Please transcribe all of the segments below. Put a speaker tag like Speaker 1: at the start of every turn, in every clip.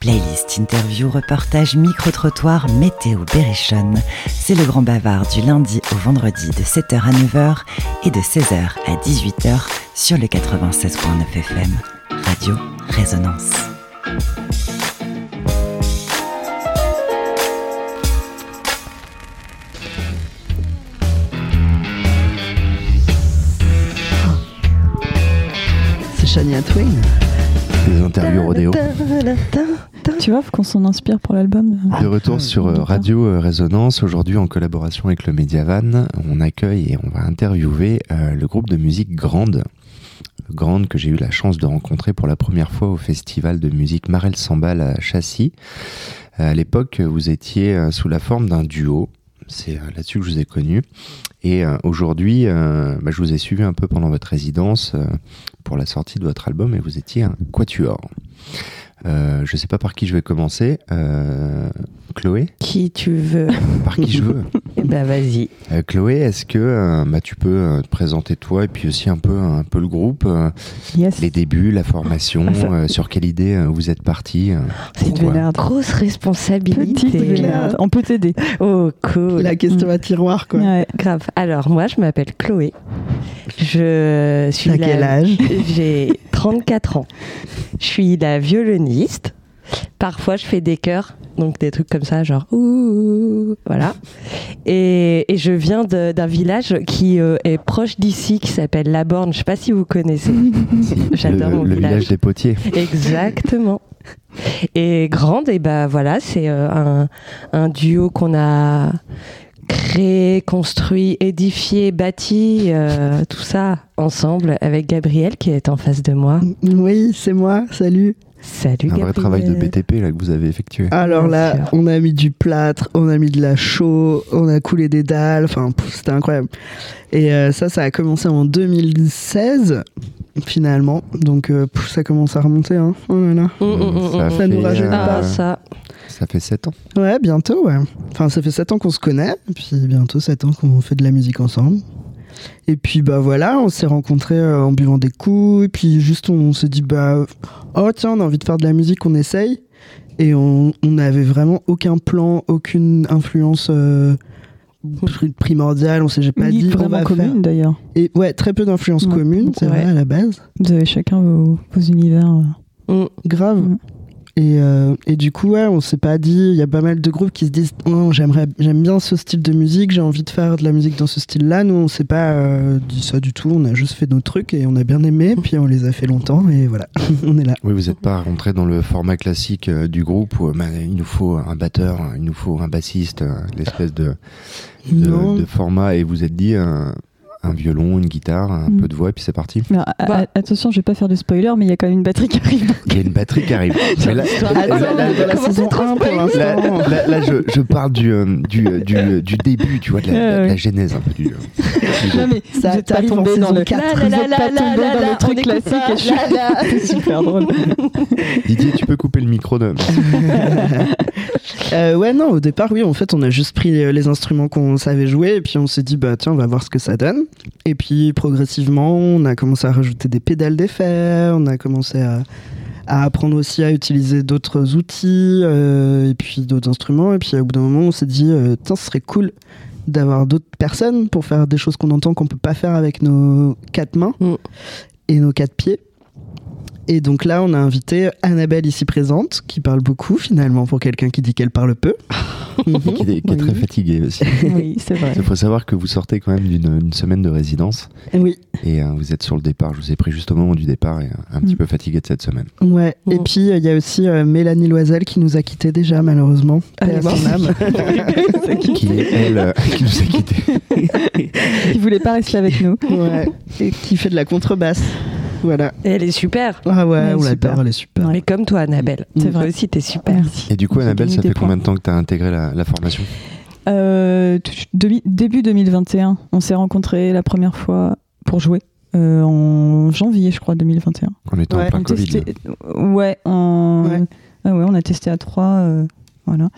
Speaker 1: Playlist, interview, reportage, micro-trottoir, météo, berrichonne. C'est le grand bavard du lundi au vendredi de 7h à 9h et de 16h à 18h sur le 96.9 FM. Radio Résonance.
Speaker 2: C'est Shania Twain.
Speaker 3: Des interviews rodéo.
Speaker 4: Tu vois, faut qu'on s'en inspire pour l'album.
Speaker 3: De retour sur euh, Radio euh, Résonance, aujourd'hui en collaboration avec le Mediavan, on accueille et on va interviewer euh, le groupe de musique Grande. Grande que j'ai eu la chance de rencontrer pour la première fois au festival de musique Marel Sambal à Châssis. Euh, À l'époque, vous étiez euh, sous la forme d'un duo. C'est euh, là-dessus que je vous ai connu. Et euh, aujourd'hui, euh, bah, je vous ai suivi un peu pendant votre résidence euh, pour la sortie de votre album et vous étiez un quatuor. Euh, je sais pas par qui je vais commencer. Euh, Chloé
Speaker 2: Qui tu veux
Speaker 3: Par qui je veux
Speaker 2: Eh ben vas-y.
Speaker 3: Euh, Chloé, est-ce que euh, bah, tu peux euh, te présenter toi et puis aussi un peu, un peu le groupe euh,
Speaker 4: Ah, Yes.
Speaker 3: Les débuts, la formation, euh, sur quelle idée euh, vous êtes parti euh,
Speaker 4: Petite
Speaker 3: pourquoi
Speaker 4: vénarde.
Speaker 5: Grosse responsabilité.
Speaker 4: Petite vénarde. On peut t'aider.
Speaker 5: Oh, cool.
Speaker 2: La question à tiroir, quoi.
Speaker 4: Ouais.
Speaker 5: Grave. Alors, moi, je m'appelle Chloé. Je suis
Speaker 2: T'as
Speaker 5: la-
Speaker 2: quel âge
Speaker 5: J'ai 34 ans. Je suis la violoniste. Parfois, je fais des chœurs, donc des trucs comme ça, genre ouh, voilà. Et, et je viens de- d'un village qui euh, est proche d'ici, qui s'appelle La Borne. Je sais pas si vous connaissez. J'adore
Speaker 3: le,
Speaker 5: mon
Speaker 3: le
Speaker 5: village.
Speaker 3: village des potiers.
Speaker 5: Exactement. Et grande, et ben voilà, c'est euh, un, un duo qu'on a créé, construit, édifié, bâti, euh, tout ça ensemble avec Gabriel qui est en face de moi.
Speaker 2: Oui, c'est moi, salut.
Speaker 5: Salut
Speaker 3: Un
Speaker 5: Gabriel.
Speaker 3: vrai travail de BTP là que vous avez effectué.
Speaker 2: Alors
Speaker 5: Bien
Speaker 2: là,
Speaker 5: sûr.
Speaker 2: on a mis du plâtre, on a mis de la chaux, on a coulé des dalles, enfin, pff, c'était incroyable. Et euh, ça, ça a commencé en 2016, finalement. Donc, euh, pff, ça commence à remonter, hein. Oh là là.
Speaker 5: Mm, mm, mm,
Speaker 3: Ça
Speaker 5: mm.
Speaker 3: fait,
Speaker 2: nous rajeunit
Speaker 5: Ah,
Speaker 3: euh,
Speaker 5: ça.
Speaker 3: Ça fait 7 ans.
Speaker 2: Ouais, bientôt, ouais. Enfin, ça fait 7 ans qu'on se connaît, et puis bientôt 7 ans qu'on fait de la musique ensemble. Et puis, bah voilà, on s'est rencontrés euh, en buvant des coups, et puis juste on, s'est dit, bah, oh tiens, on a envie de faire de la musique, on essaye. Et on on n'avait vraiment aucun plan, aucune influence euh, pri- primordiale, on s'est pas
Speaker 4: Ni
Speaker 2: dit, on
Speaker 4: vraiment
Speaker 2: va faire.
Speaker 4: commune d'ailleurs.
Speaker 2: Et ouais, très peu d'influence
Speaker 4: Ouais,
Speaker 2: commune, c'est vrai,
Speaker 5: ouais.
Speaker 2: à la base.
Speaker 4: Vous avez chacun vos, vos univers. euh.
Speaker 5: Mm.
Speaker 2: Grave.
Speaker 4: Mm.
Speaker 2: Et, euh, et du coup, ouais, on s'est pas dit. Il y a pas mal de groupes qui se disent non, j'aimerais, j'aime bien ce style de musique, j'ai envie de faire de la musique dans ce style-là. Nous, on s'est pas euh, dit ça du tout. On a juste fait nos trucs et on a bien aimé. Puis on les a fait longtemps et voilà, on est là.
Speaker 3: Oui, vous n'êtes pas rentré dans le format classique euh, du groupe où euh, bah, il nous faut un batteur, euh, il nous faut un bassiste, euh, l'espèce de, de,
Speaker 2: non,
Speaker 3: de format. Et vous êtes dit euh, un violon, une guitare, un
Speaker 4: Mm.
Speaker 3: peu de voix, et puis c'est parti.
Speaker 4: Alors, a-
Speaker 5: Bah.
Speaker 4: a- attention, je vais pas faire de spoiler, mais il y a quand même une batterie qui arrive.
Speaker 3: Il y a une batterie qui arrive. Mais là,
Speaker 2: Ah,
Speaker 3: là-
Speaker 2: ça,
Speaker 3: là-
Speaker 2: de la
Speaker 5: Comment
Speaker 2: saison
Speaker 5: ça
Speaker 2: 1 pour
Speaker 3: là-
Speaker 2: l'instant.
Speaker 3: là- là, je, je parle du, euh, du, euh, du, euh, du début, tu vois, de la, de la- de la genèse un peu du.
Speaker 4: Non, mais
Speaker 2: Ça
Speaker 4: vous êtes pas
Speaker 2: t'arrive en
Speaker 4: tombé dans
Speaker 2: saison
Speaker 4: le
Speaker 2: quatre.
Speaker 4: Vous êtes pas tombé dans le truc classique. et je suis- C'est super drôle.
Speaker 3: Didier, tu peux couper le micro de.
Speaker 2: Euh, ouais, non, au départ, oui, en fait, on a juste pris euh, les instruments qu'on savait jouer et puis on s'est dit, bah tiens, on va voir ce que ça donne. Et puis progressivement, on a commencé à rajouter des pédales d'effet, on a commencé à, à apprendre aussi à utiliser d'autres outils euh, et puis d'autres instruments. Et puis au bout d'un moment, on s'est dit, euh, tiens, ce serait cool d'avoir d'autres personnes pour faire des choses qu'on entend qu'on peut pas faire avec nos quatre mains
Speaker 5: Mm.
Speaker 2: et nos quatre pieds. Et donc là, on a invité Annabelle ici présente, qui parle beaucoup finalement pour quelqu'un qui dit qu'elle parle peu. Mhm.
Speaker 3: qui est, qui est très
Speaker 4: Oui.
Speaker 3: fatigué aussi.
Speaker 4: Oui, c'est vrai.
Speaker 3: Il faut savoir que vous sortez quand même d'une une semaine de résidence
Speaker 2: oui,
Speaker 3: et euh, vous êtes sur le départ. Je vous ai pris juste au moment du départ et euh, un petit
Speaker 4: Mm.
Speaker 3: peu fatigué de cette semaine.
Speaker 2: ouais. Et
Speaker 5: Mm.
Speaker 2: puis euh, il y a aussi euh, Mélanie Loisel qui nous a quittés déjà malheureusement.
Speaker 4: Ah,
Speaker 2: Paix à son
Speaker 4: c'est-
Speaker 2: âme.
Speaker 3: Qui est elle euh, qui nous a quittés.
Speaker 4: Il voulait pas rester avec nous.
Speaker 2: Ouais. Et qui fait de la contrebasse. Voilà.
Speaker 5: Et elle est super.
Speaker 2: Ah ouais,
Speaker 4: Elle est
Speaker 2: on l'adore,
Speaker 4: super.
Speaker 2: elle est super.
Speaker 5: Mais comme toi, Annabelle.
Speaker 4: C'est
Speaker 5: Toi
Speaker 4: vrai.
Speaker 5: aussi, t'es super.
Speaker 4: Merci.
Speaker 3: Et du coup,
Speaker 4: J'ai
Speaker 3: Annabelle,
Speaker 4: gagné
Speaker 3: ça
Speaker 4: des
Speaker 3: fait
Speaker 4: points.
Speaker 3: combien de temps que tu as intégré la, la formation
Speaker 4: Euh, tu- demi- début 2021, on s'est rencontrés la première fois pour jouer euh, en janvier, je crois, 2021.
Speaker 3: Qu'on était
Speaker 2: Ouais,
Speaker 3: en plein
Speaker 4: On
Speaker 3: Covid.
Speaker 4: testait- ouais, en-
Speaker 2: Ouais.
Speaker 4: Ah ouais, on a testé à trois, euh, voilà.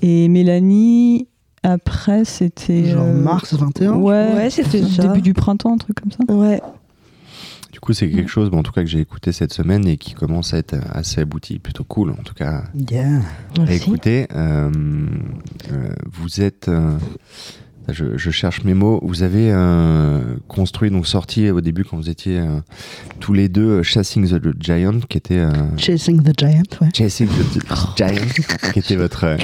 Speaker 4: Et Mélanie, après, c'était
Speaker 2: Genre
Speaker 4: euh,
Speaker 2: mars 21.
Speaker 4: Ouais,
Speaker 5: Ouais, c'était
Speaker 4: début
Speaker 5: ça.
Speaker 4: du printemps, un truc comme ça.
Speaker 5: Ouais.
Speaker 3: Du Du coup, c'est
Speaker 4: Mm.
Speaker 3: quelque chose, bon, en tout cas, que j'ai écouté cette semaine et qui commence à être euh, assez abouti, plutôt cool, en tout cas,
Speaker 2: Yeah.
Speaker 3: à
Speaker 5: Merci.
Speaker 3: écouter. Euh, euh, vous êtes, euh, je, je cherche mes mots, vous avez euh, construit, donc sorti au début quand vous étiez euh, tous les deux euh, Chasing the Giant, qui était euh,
Speaker 2: Chasing the Giant, ouais.
Speaker 3: Chasing the Giant, qui était votre, euh,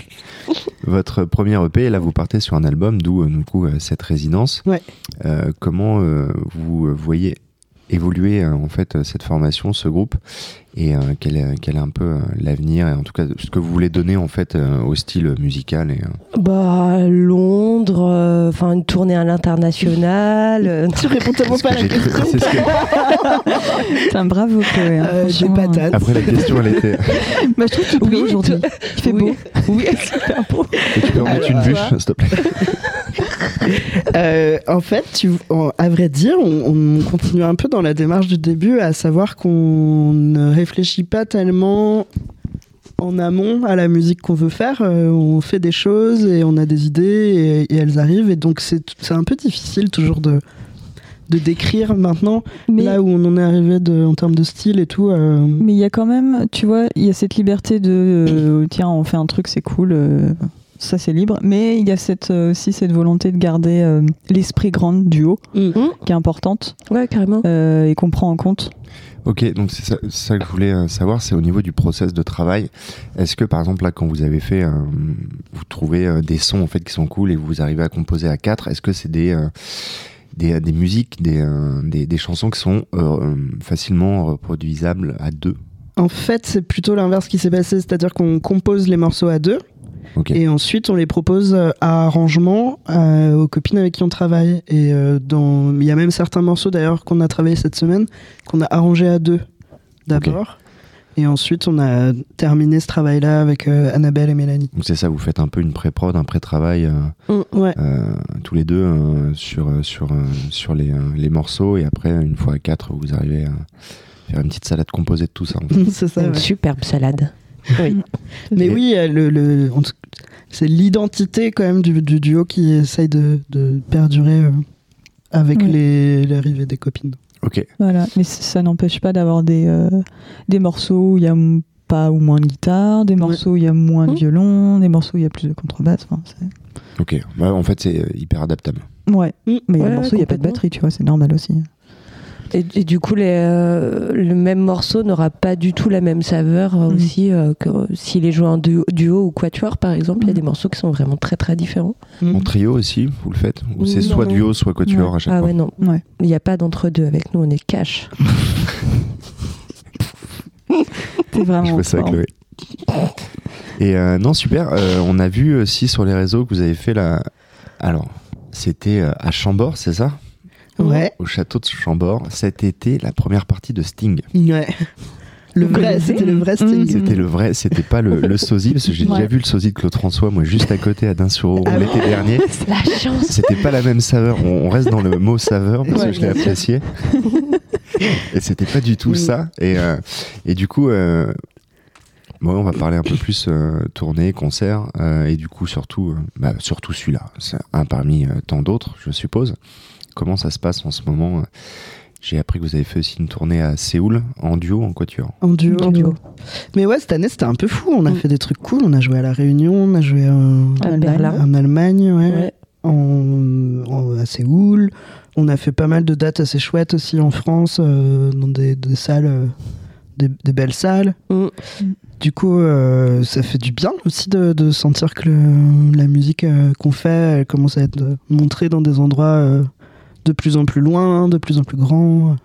Speaker 3: votre premier EP. Et là, vous partez sur un album, d'où euh, du coup euh, cette résidence.
Speaker 2: Ouais.
Speaker 3: Euh, comment euh, vous euh, voyez évoluer euh, en fait euh, cette formation, ce groupe, et euh, quel, est, quel est un peu euh, l'avenir, et en tout cas ce que vous voulez donner en fait euh, au style musical. Et, euh,
Speaker 5: Bah, Londres, euh, enfin une tournée à l'international. euh,
Speaker 2: Tu réponds tellement
Speaker 3: c'est ce
Speaker 2: pas à
Speaker 3: que
Speaker 2: bah,
Speaker 3: j'ai-
Speaker 2: la question.
Speaker 3: c'est ce que-
Speaker 4: C'est un bravo, Chloé. hein,
Speaker 2: Euh, J'ai
Speaker 4: franchement.
Speaker 2: patate.
Speaker 3: Après la question, elle était.
Speaker 4: Bah, je trouve que tu
Speaker 5: Oui,
Speaker 4: peux aujourd'hui. Il fait
Speaker 5: oui.
Speaker 4: beau. Oui, super beau.
Speaker 3: Et tu peux en mettre une
Speaker 2: Alors,
Speaker 3: bûche,
Speaker 5: toi
Speaker 3: s'il te plaît.
Speaker 2: Euh, en fait, tu, en- à vrai dire, on, on continue un peu dans la démarche du début, à savoir qu'on ne réfléchit pas tellement en amont à la musique qu'on veut faire. Euh, on fait des choses et on a des idées et, et elles arrivent. Et donc, c'est t- c'est un peu difficile toujours de, de décrire maintenant
Speaker 4: Mais
Speaker 2: là où on en est arrivé de- en termes de style et tout. euh,
Speaker 4: Mais il y a quand même, tu vois, il y a cette liberté de euh, tiens, on fait un truc, c'est cool, euh, ça c'est libre. Mais il y a cette, euh, aussi cette volonté de garder euh, l'esprit grande du haut,
Speaker 2: Hmm
Speaker 4: qui est importante
Speaker 5: Ouais, carrément.
Speaker 4: euh, et qu'on prend en compte.
Speaker 3: Ok, donc c'est ça, c'est ça que je voulais euh, savoir, c'est au niveau du process de travail. Est-ce que par exemple là, quand vous avez fait, euh, vous trouvez euh, des sons en fait qui sont cool et vous arrivez à composer à quatre, est-ce que c'est des, euh, des des musiques, des, euh, des des chansons qui sont euh, facilement reproduisables à deux
Speaker 2: En fait, c'est plutôt l'inverse qui s'est passé, c'est-à-dire qu'on compose les morceaux à deux.
Speaker 3: Ok.
Speaker 2: Et ensuite, on les propose euh, à arrangement euh, aux copines avec qui on travaille. Et euh, dans, il y a même certains morceaux d'ailleurs qu'on a travaillé cette semaine qu'on a arrangé à deux d'abord. Et ensuite, on a terminé ce travail-là avec euh, Annabelle et Mélanie.
Speaker 3: Donc c'est ça, vous faites un peu une pré-prod, un pré-travail euh,
Speaker 2: ouais.
Speaker 3: euh, tous les deux euh, sur euh, sur euh, sur les euh, les morceaux et après une fois à quatre, vous arrivez à faire une petite salade composée de tout ça. en fait.
Speaker 2: c'est ça.
Speaker 5: Une
Speaker 2: ouais.
Speaker 5: superbe salade.
Speaker 2: Mais
Speaker 3: Et-
Speaker 2: oui, euh, le, le- en tout- c'est l'identité quand même du, du duo qui essaye de, de perdurer euh, avec
Speaker 4: Ouais.
Speaker 2: les l'arrivée des copines.
Speaker 3: Ok.
Speaker 4: Voilà. Mais c- ça n'empêche pas d'avoir des, euh, des morceaux où il y a m- pas ou moins de guitare, des morceaux où il y a moins de
Speaker 5: Mhm.
Speaker 4: violon, des morceaux où il y a plus de contrebasse. Enfin, c'est-
Speaker 3: Ok. Bah, en fait, c'est euh, hyper adaptable.
Speaker 4: ouais.
Speaker 2: Mhm.
Speaker 4: Mais il y a
Speaker 5: Ouais,
Speaker 4: des morceaux où il n'y a pas de
Speaker 5: complètement.
Speaker 4: batterie, tu vois, c'est normal aussi.
Speaker 5: Et, et du coup, les, euh, le même morceau n'aura pas du tout la même saveur euh,
Speaker 2: Hmm.
Speaker 4: Mm.
Speaker 5: aussi euh, que euh, s'il est joué en duo, duo ou quatuor, par exemple. Il y a
Speaker 2: Hmm.
Speaker 4: Mm.
Speaker 5: des morceaux qui sont vraiment très très différents.
Speaker 3: En trio aussi, vous le faites Ou c'est
Speaker 5: Mm. Non,
Speaker 3: soit
Speaker 5: non.
Speaker 3: duo, soit quatuor à chaque
Speaker 5: Ah
Speaker 3: fois
Speaker 5: ouais, non.
Speaker 4: Ouais.
Speaker 5: Il n'y a pas d'entre-deux avec nous, on est cash.
Speaker 4: C'est vraiment.
Speaker 3: Je vois ça,
Speaker 4: fort.
Speaker 3: Chloé. Et euh, non, super. euh, on a vu aussi sur les réseaux que vous avez fait la. Alors, c'était euh, à Chambord, c'est ça
Speaker 2: Ouais.
Speaker 3: Au château de Chambord, cet été, la première partie de Sting.
Speaker 5: Mm.
Speaker 2: Ouais. Le vrai, c'était le vrai Sting.
Speaker 4: Mhm.
Speaker 3: C'était le vrai, c'était pas le, le sosie, parce que j'ai
Speaker 4: Ouais.
Speaker 3: déjà vu le sosie de Claude François, moi, juste à côté, à Dun-sur-Auron,
Speaker 2: Ah
Speaker 3: l'été dernier.
Speaker 5: La chance
Speaker 3: C'était pas la même saveur. On, on reste dans le mot saveur parce que
Speaker 2: Ouais,
Speaker 3: je l'ai
Speaker 2: bien sûr.
Speaker 3: apprécié. Et c'était pas du tout
Speaker 2: Mm.
Speaker 3: ça. Et, euh, et du coup, euh, bon, on va parler un peu plus euh, tournée, concert, euh, et du coup surtout, euh, bah, surtout celui-là. C'est un parmi euh, tant d'autres, je suppose. Comment ça se passe en ce moment euh? J'ai appris que vous avez fait aussi une tournée à Séoul en duo, en quatuor.
Speaker 2: En duo.
Speaker 5: En duo.
Speaker 2: Mais ouais, cette année, c'était un peu fou. On a
Speaker 5: Mm.
Speaker 2: fait des trucs cool. On a joué à La Réunion, on a joué en,
Speaker 5: à
Speaker 4: Allemagne.
Speaker 5: Berlin.
Speaker 2: en Allemagne, ouais,
Speaker 5: Ouais.
Speaker 2: En, en- à Séoul. On a fait pas mal de dates assez chouettes aussi en France, euh, dans des, des salles, euh, des, des belles salles.
Speaker 5: Mm.
Speaker 2: Du coup, euh, ça fait du bien aussi de, de sentir que le- la musique euh, qu'on fait, elle commence à être montrée dans des endroits euh, de plus en plus loin, de plus en plus grands.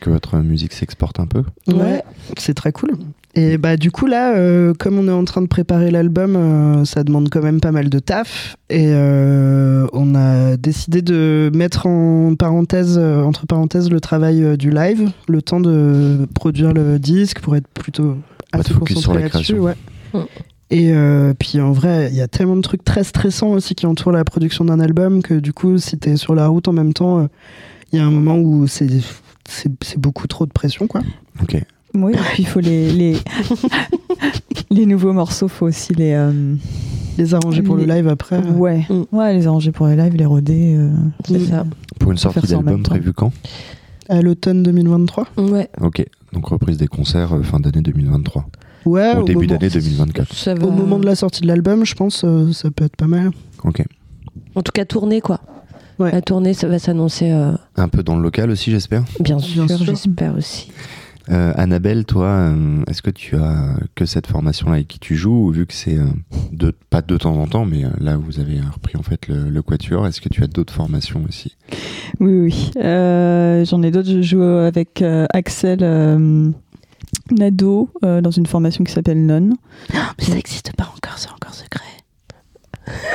Speaker 3: Que votre musique s'exporte un peu.
Speaker 5: Ouais.
Speaker 2: c'est très cool. Et bah du coup là, euh, comme on est en train de préparer l'album, euh, ça demande quand même pas mal de taf. Et euh, on a décidé de mettre en parenthèse, euh, entre parenthèses, le travail euh, du live, le temps de produire le disque pour être plutôt
Speaker 3: Pas
Speaker 2: assez
Speaker 3: de focus
Speaker 2: concentré
Speaker 3: sur la
Speaker 2: là-dessus.
Speaker 3: création.
Speaker 2: ouais.
Speaker 5: Mm.
Speaker 2: Et euh, puis en vrai, il y a tellement de trucs très stressants aussi qui entourent la production d'un album que du coup, si t'es sur la route en même temps, euh, il y a un moment où c'est c'est c'est beaucoup trop de pression quoi.
Speaker 3: Ok.
Speaker 4: Oui, et puis il faut les, les, les nouveaux morceaux, faut aussi les. euh,
Speaker 2: les arranger pour le
Speaker 4: Les-
Speaker 2: live après.
Speaker 4: ouais.
Speaker 5: Mm.
Speaker 4: ouais, les arranger pour les lives, les roder. euh,
Speaker 5: C'est ça.
Speaker 3: Pour une
Speaker 4: Faire
Speaker 3: sortie
Speaker 4: ça en
Speaker 3: d'album
Speaker 4: même temps.
Speaker 3: prévue quand
Speaker 2: à l'automne 2023.
Speaker 5: Ouais.
Speaker 3: Ok, donc reprise des concerts euh, fin d'année 2023.
Speaker 2: Ouais,
Speaker 3: Au début
Speaker 2: Euh, moment-
Speaker 3: d'année 2024.
Speaker 5: Ça
Speaker 4: Euh.
Speaker 5: va-
Speaker 2: Au moment de la sortie de l'album, je pense, euh, ça peut être pas mal.
Speaker 3: Ok.
Speaker 5: En tout cas, tournée, quoi.
Speaker 2: Ouais.
Speaker 5: La tournée, ça va s'annoncer, euh,
Speaker 3: Un peu dans le local aussi, j'espère.
Speaker 5: bien,
Speaker 2: Bien
Speaker 5: sûr,
Speaker 2: sûr.
Speaker 5: j'espère aussi.
Speaker 3: Euh, Annabelle, toi, euh, est-ce que tu as que cette formation-là avec qui tu joues, ou vu que c'est euh, de, pas de temps en temps, mais euh, là vous avez repris en fait le, le quatuor, est-ce que tu as d'autres formations aussi
Speaker 4: Oui, oui, oui. Euh, J'en ai d'autres. Je joue avec euh, Axel euh, Nadeau euh, dans une formation qui s'appelle Non.
Speaker 2: Mais ça n'existe pas encore, c'est encore secret.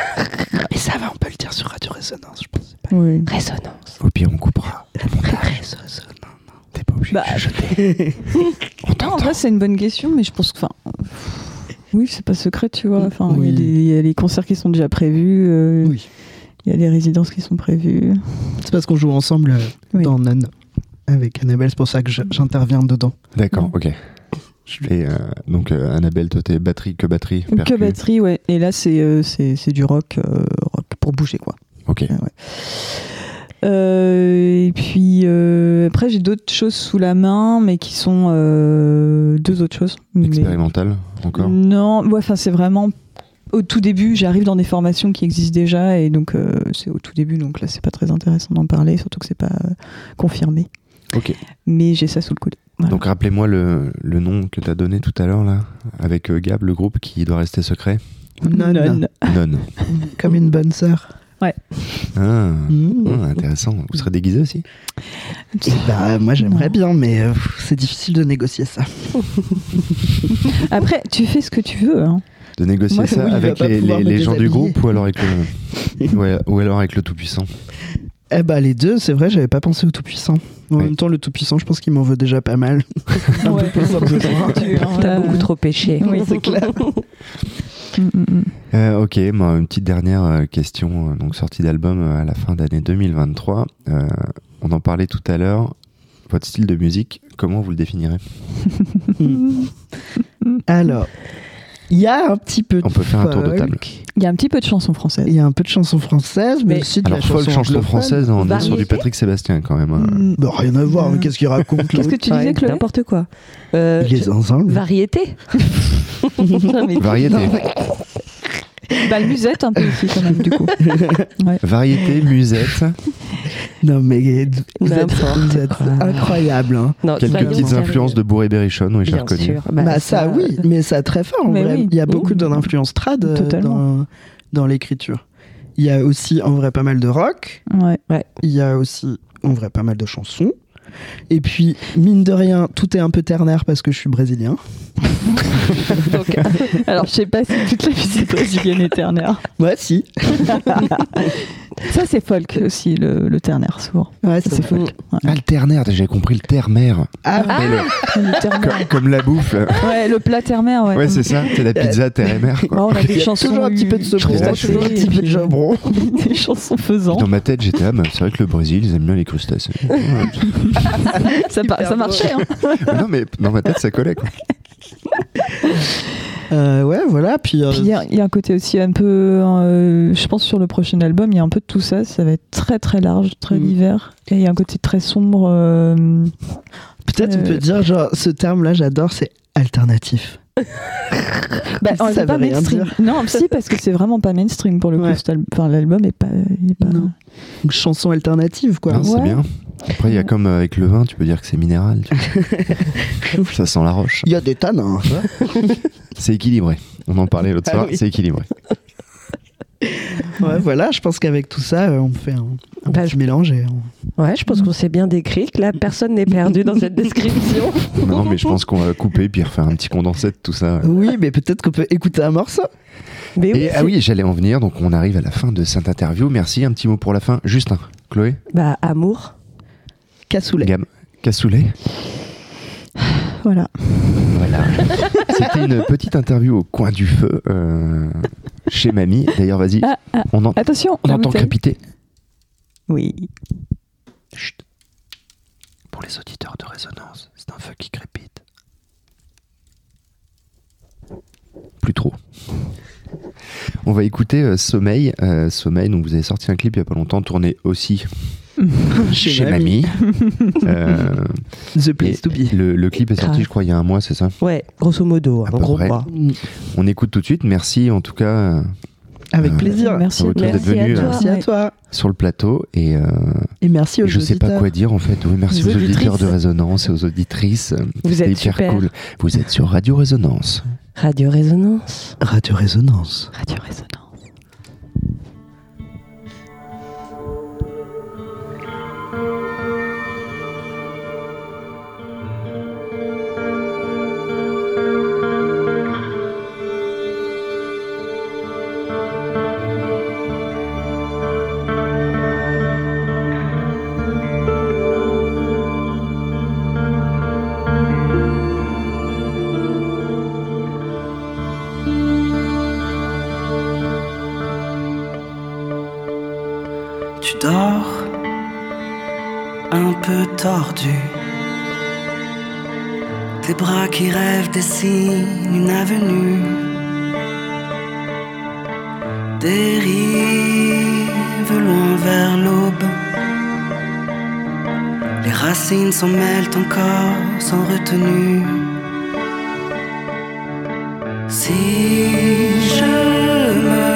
Speaker 2: Mais ça va, on peut le dire sur Radio Résonance, je pense.
Speaker 4: Oui.
Speaker 5: Résonance.
Speaker 3: Au pire, on coupera. T'es pas obligé
Speaker 4: Bah,
Speaker 3: de chuchoter. On
Speaker 4: Non, en
Speaker 3: t'entend.
Speaker 4: vrai, c'est une bonne question, mais je pense que. enfin, euh, Oui, c'est pas secret, tu vois. Enfin, il y a
Speaker 2: Oui.
Speaker 4: des- il y, a les concerts qui sont déjà prévus, euh, il
Speaker 2: Oui.
Speaker 4: y a les résidences qui sont prévues.
Speaker 2: C'est parce qu'on joue ensemble euh,
Speaker 4: Oui.
Speaker 2: dans Nan avec Annabelle, c'est pour ça que je- j'interviens dedans.
Speaker 3: D'accord, ok. Et euh, donc euh, Annabelle, toi t'es batterie que batterie percu.
Speaker 4: Que batterie, ouais. Et là, c'est euh, c'est c'est du rock, euh, rock pour bouger, quoi.
Speaker 3: Ok.
Speaker 4: Ouais, ouais. Euh, et puis euh, après, j'ai d'autres choses sous la main, mais qui sont euh, deux autres choses. Mais- Mm.
Speaker 3: Expérimental encore
Speaker 4: Non, ouais, enfin, c'est vraiment au tout début. J'arrive dans des formations qui existent déjà, et donc euh, c'est au tout début. Donc là, c'est pas très intéressant d'en parler, surtout que c'est pas euh, confirmé.
Speaker 3: Ok.
Speaker 4: Mais j'ai ça sous le coude. Voilà.
Speaker 3: Donc rappelez-moi le, le nom que t'as donné tout à l'heure là, avec euh, Gab, le groupe qui doit rester secret.
Speaker 2: Nan,
Speaker 4: Non.
Speaker 3: Non.
Speaker 2: comme une bonne sœur.
Speaker 3: Ah.
Speaker 4: Mm.
Speaker 2: Mmh.
Speaker 3: Ah, intéressant. Vous serez déguisé aussi
Speaker 2: Eh ben,
Speaker 4: euh,
Speaker 2: moi j'aimerais
Speaker 4: Non.
Speaker 2: bien, mais euh, pff, c'est difficile de négocier ça.
Speaker 4: Après, tu fais ce que tu veux. hein.
Speaker 3: De négocier
Speaker 2: Moi,
Speaker 3: ça
Speaker 2: oui, il
Speaker 3: avec
Speaker 2: va pas
Speaker 3: les,
Speaker 2: pouvoir
Speaker 3: les-
Speaker 2: me
Speaker 3: les gens du
Speaker 2: déshabiller.
Speaker 3: groupe ou alors avec le, ouais, ou alors avec le Tout-Puissant
Speaker 2: Eh ben les deux, c'est vrai, j'avais pas pensé au Tout-Puissant. En
Speaker 3: Oui.
Speaker 2: même temps, le Tout-Puissant, je pense qu'il m'en veut déjà pas mal. Un peu
Speaker 4: Ouais.
Speaker 2: plus, un peu moins.
Speaker 5: T'as
Speaker 4: Euh,
Speaker 5: beaucoup trop péché.
Speaker 4: Oui, c'est clair. Mm, mm, mm.
Speaker 3: Euh, ok, moi, une petite dernière euh, question, euh, donc sortie d'album euh, à la fin d'année 2023. Euh, on en parlait tout à l'heure. Votre style de musique, comment vous le définirez
Speaker 2: Alors, il y a un petit peu
Speaker 3: On peut faire un tour de
Speaker 2: folk,
Speaker 3: table.
Speaker 4: Il y a un petit peu de chansons françaises.
Speaker 2: Il y a un peu de chansons françaises, mais,
Speaker 5: Mais-
Speaker 2: aussi de
Speaker 3: Alors,
Speaker 2: la chanson,
Speaker 3: folk, chanson
Speaker 2: anglophone.
Speaker 3: française, on est sur
Speaker 5: Variété
Speaker 3: du Patrick Sébastien quand même. hein.
Speaker 4: Mm.
Speaker 2: Bah, rien à voir, mais qu'est-ce qu'il raconte
Speaker 4: Qu'est-ce que
Speaker 2: l'autre
Speaker 4: tu disais,
Speaker 5: Ouais,
Speaker 4: Chloé
Speaker 5: N'importe quoi. Euh,
Speaker 2: Il est zinzin, lui.
Speaker 5: Variété.
Speaker 3: Variété.
Speaker 4: Bah, musette un peu aussi, quand même, du coup.
Speaker 3: Variété, musette,
Speaker 2: Non, mais vous êtes,
Speaker 5: N'importe
Speaker 2: vous êtes
Speaker 5: quoi.
Speaker 2: incroyable. hein.
Speaker 5: Non,
Speaker 3: quelques
Speaker 5: soyons
Speaker 3: petites
Speaker 5: sérieux.
Speaker 3: influences de Bourré Berrichon, oui, j'ai
Speaker 5: Bien
Speaker 3: reconnu.
Speaker 5: sûr.
Speaker 2: Bah, ça, oui, mais ça très fort en
Speaker 4: euh, Mais
Speaker 2: vrai.
Speaker 4: oui.
Speaker 2: Il y a beaucoup
Speaker 4: Mmh.
Speaker 2: d'influences trad euh,
Speaker 4: Totalement.
Speaker 2: dans, dans l'écriture. Il y a aussi en vrai pas mal de rock.
Speaker 4: Ouais.
Speaker 2: Il y a aussi en vrai pas mal de chansons. Et puis, mine de rien, tout est un peu ternaire parce que je suis brésilien.
Speaker 4: Alors, je sais pas si toute la musique brésilienne est ternaire.
Speaker 2: Ouais, si.
Speaker 4: Ça, c'est folk aussi, le, le ternaire, souvent.
Speaker 2: Ouais,
Speaker 4: C'est
Speaker 2: vrai.
Speaker 4: folk. Ouais.
Speaker 3: Ah, le ternaire, déjà, j'ai compris le terre-mère.
Speaker 2: Ah,
Speaker 4: Ah.
Speaker 3: Mais le-
Speaker 4: Le ternaire.
Speaker 3: comme, comme la bouffe. là.
Speaker 4: Ouais, le plat ternaire, ouais.
Speaker 3: Ouais, c'est ça, c'est la pizza terre-mère.
Speaker 4: Ouais, on a
Speaker 2: il
Speaker 4: des
Speaker 2: y a
Speaker 4: chansons.
Speaker 2: toujours un petit peu de
Speaker 4: ce
Speaker 2: secours,
Speaker 3: Je pense
Speaker 2: toujours un petit peu de jabron.
Speaker 4: Des chansons faisant.
Speaker 3: Dans ma tête, j'étais là, mais c'est vrai que le Brésil, ils aiment bien les crustacés. Ouais.
Speaker 4: Ça, par- ça marchait, hein.
Speaker 3: Ah, non, mais dans ma tête, ça collait. Quoi.
Speaker 2: Euh, ouais, voilà. Puis, euh,
Speaker 4: Puis il y, a- il y a un côté aussi un peu. euh, je pense sur le prochain album, il y a un peu de tout ça. Ça va être très très large, très
Speaker 2: Mm.
Speaker 4: divers. Et il y a un côté très sombre. euh,
Speaker 2: peut-être on
Speaker 4: euh,
Speaker 2: peut dire, genre, ce terme-là, j'adore, c'est alternatif.
Speaker 4: Bah,
Speaker 2: Ça
Speaker 4: on- c'est
Speaker 2: veut
Speaker 4: pas
Speaker 2: rien
Speaker 4: mainstream.
Speaker 2: dire.
Speaker 4: Non, si, parce que c'est vraiment pas mainstream pour le coup.
Speaker 2: Ouais.
Speaker 4: cet al- Enfin, l'album est pas. il est pas-
Speaker 2: Non. Donc, chanson alternative, quoi.
Speaker 3: Non, c'est
Speaker 4: Ouais.
Speaker 3: bien. Après, il y a comme euh, avec le vin, tu peux dire que c'est minéral. tu vois. ça sent la roche.
Speaker 2: Il y a des tanins.
Speaker 3: C'est équilibré. On en parlait l'autre
Speaker 2: Ah
Speaker 3: soir,
Speaker 2: oui.
Speaker 3: c'est équilibré.
Speaker 2: Ouais, voilà, je pense qu'avec tout ça, euh, on fait un, un
Speaker 5: Bah,
Speaker 2: petit
Speaker 5: je-
Speaker 2: mélange. Et on-
Speaker 5: Ouais, je pense qu'on s'est bien décrit, que là, personne n'est perdu dans cette description.
Speaker 3: Non, mais je pense qu'on va couper puis refaire un petit condensé de tout ça.
Speaker 2: Oui, mais peut-être qu'on peut écouter un morceau.
Speaker 5: Mais oui,
Speaker 3: Et, ah
Speaker 5: c'est-
Speaker 3: oui, j'allais en venir, donc on arrive à la fin de cette interview. Merci, un petit mot pour la fin. Justin, Chloé,
Speaker 5: Bah, amour.
Speaker 2: Cassoulet.
Speaker 3: Gam, Cassoulet.
Speaker 4: Voilà.
Speaker 3: Voilà. C'était une petite interview au coin du feu euh, chez Mamie. D'ailleurs, vas-y,
Speaker 4: Ah, ah,
Speaker 3: on, en-
Speaker 4: Attention.
Speaker 3: on
Speaker 4: la
Speaker 3: entend
Speaker 4: bouteille.
Speaker 3: crépiter.
Speaker 4: Oui.
Speaker 3: Chut. Pour les auditeurs de résonance, c'est un feu qui crépite. Plus trop. On va écouter euh, Sommeil. Euh, Sommeil, donc vous avez sorti un clip il n'y a pas longtemps, tourné aussi
Speaker 2: Chez
Speaker 3: chez
Speaker 2: Mamie.
Speaker 3: Mamie. Euh,
Speaker 2: The
Speaker 3: et
Speaker 2: Place to Be.
Speaker 3: le, le clip est sorti,
Speaker 5: Grave.
Speaker 3: je crois, il y a un mois, c'est ça
Speaker 5: Ouais, grosso modo, hein. en
Speaker 3: À
Speaker 2: Ah,
Speaker 3: peu
Speaker 5: gros
Speaker 3: près.
Speaker 5: quoi.
Speaker 3: On écoute tout de suite. Merci en tout cas euh,
Speaker 2: Avec
Speaker 3: Euh,
Speaker 2: plaisir.
Speaker 4: Merci,
Speaker 3: à vous tous d'être
Speaker 4: merci
Speaker 3: venus,
Speaker 4: à toi.
Speaker 2: Merci à
Speaker 4: Ouais.
Speaker 2: toi.
Speaker 3: sur le plateau et, euh,
Speaker 2: Et merci aux
Speaker 3: et je sais pas
Speaker 2: auditeurs.
Speaker 3: quoi dire en fait. Oui, merci
Speaker 2: Aux
Speaker 3: aux auditeurs
Speaker 2: auditrices.
Speaker 3: de Résonance et aux auditrices.
Speaker 5: Vous
Speaker 3: C'était
Speaker 5: êtes
Speaker 3: hyper
Speaker 5: super.
Speaker 3: cool. Vous êtes sur Radio Résonance.
Speaker 5: Radio Résonance.
Speaker 2: Radio Résonance.
Speaker 4: Radio Résonance.
Speaker 6: tu dors un peu tordu. Tes bras qui rêvent dessinent une avenue. Dérive loin vers l'aube. Les racines s'en mêlent encore sans retenue. Si je me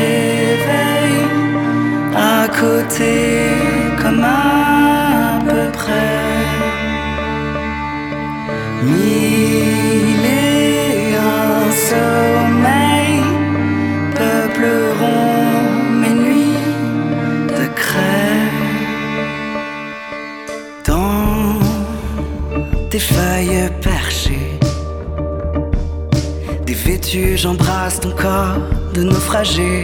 Speaker 6: réveille, à côté comme à peu près. Mille et un sommeil peupleront mes nuits de craie. Dans tes feuilles perchées, des vêtus, j'embrasse ton corps de naufragé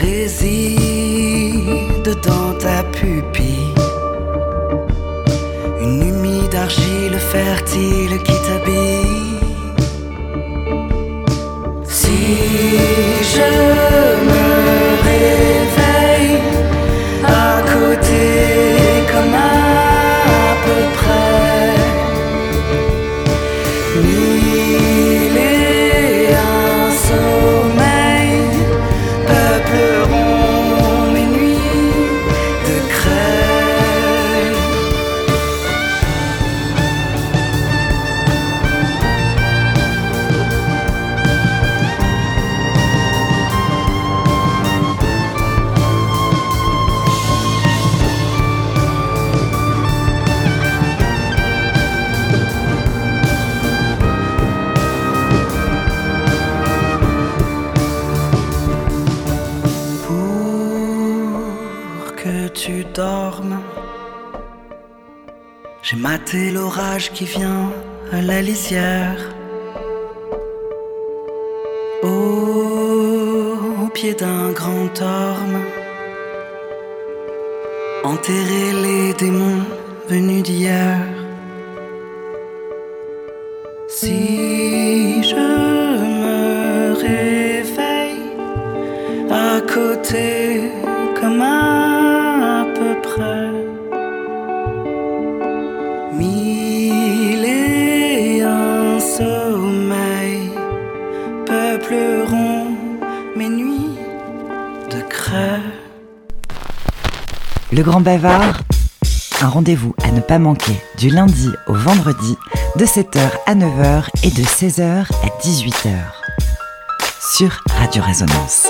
Speaker 6: réside dans ta pupille. Une humide argile fertile qui t'habille. Si je me réveille à côté comme à peu près. Mille et un sommeil peupleront mes nuits de crêpes. pour que tu dormes. J'ai maté l'orage qui vient à la lisière. Au pied d'un grand orme, enterrer les démons venus d'hier. Si je me réveille, à côté comme à peu près. Mille et un sommeil peupleront mes nuits de crêpes.
Speaker 1: Le Grand Bavard, un rendez-vous à ne pas manquer du lundi au vendredi de 7h à 9h et de 16h à 18h sur Radio Résonance.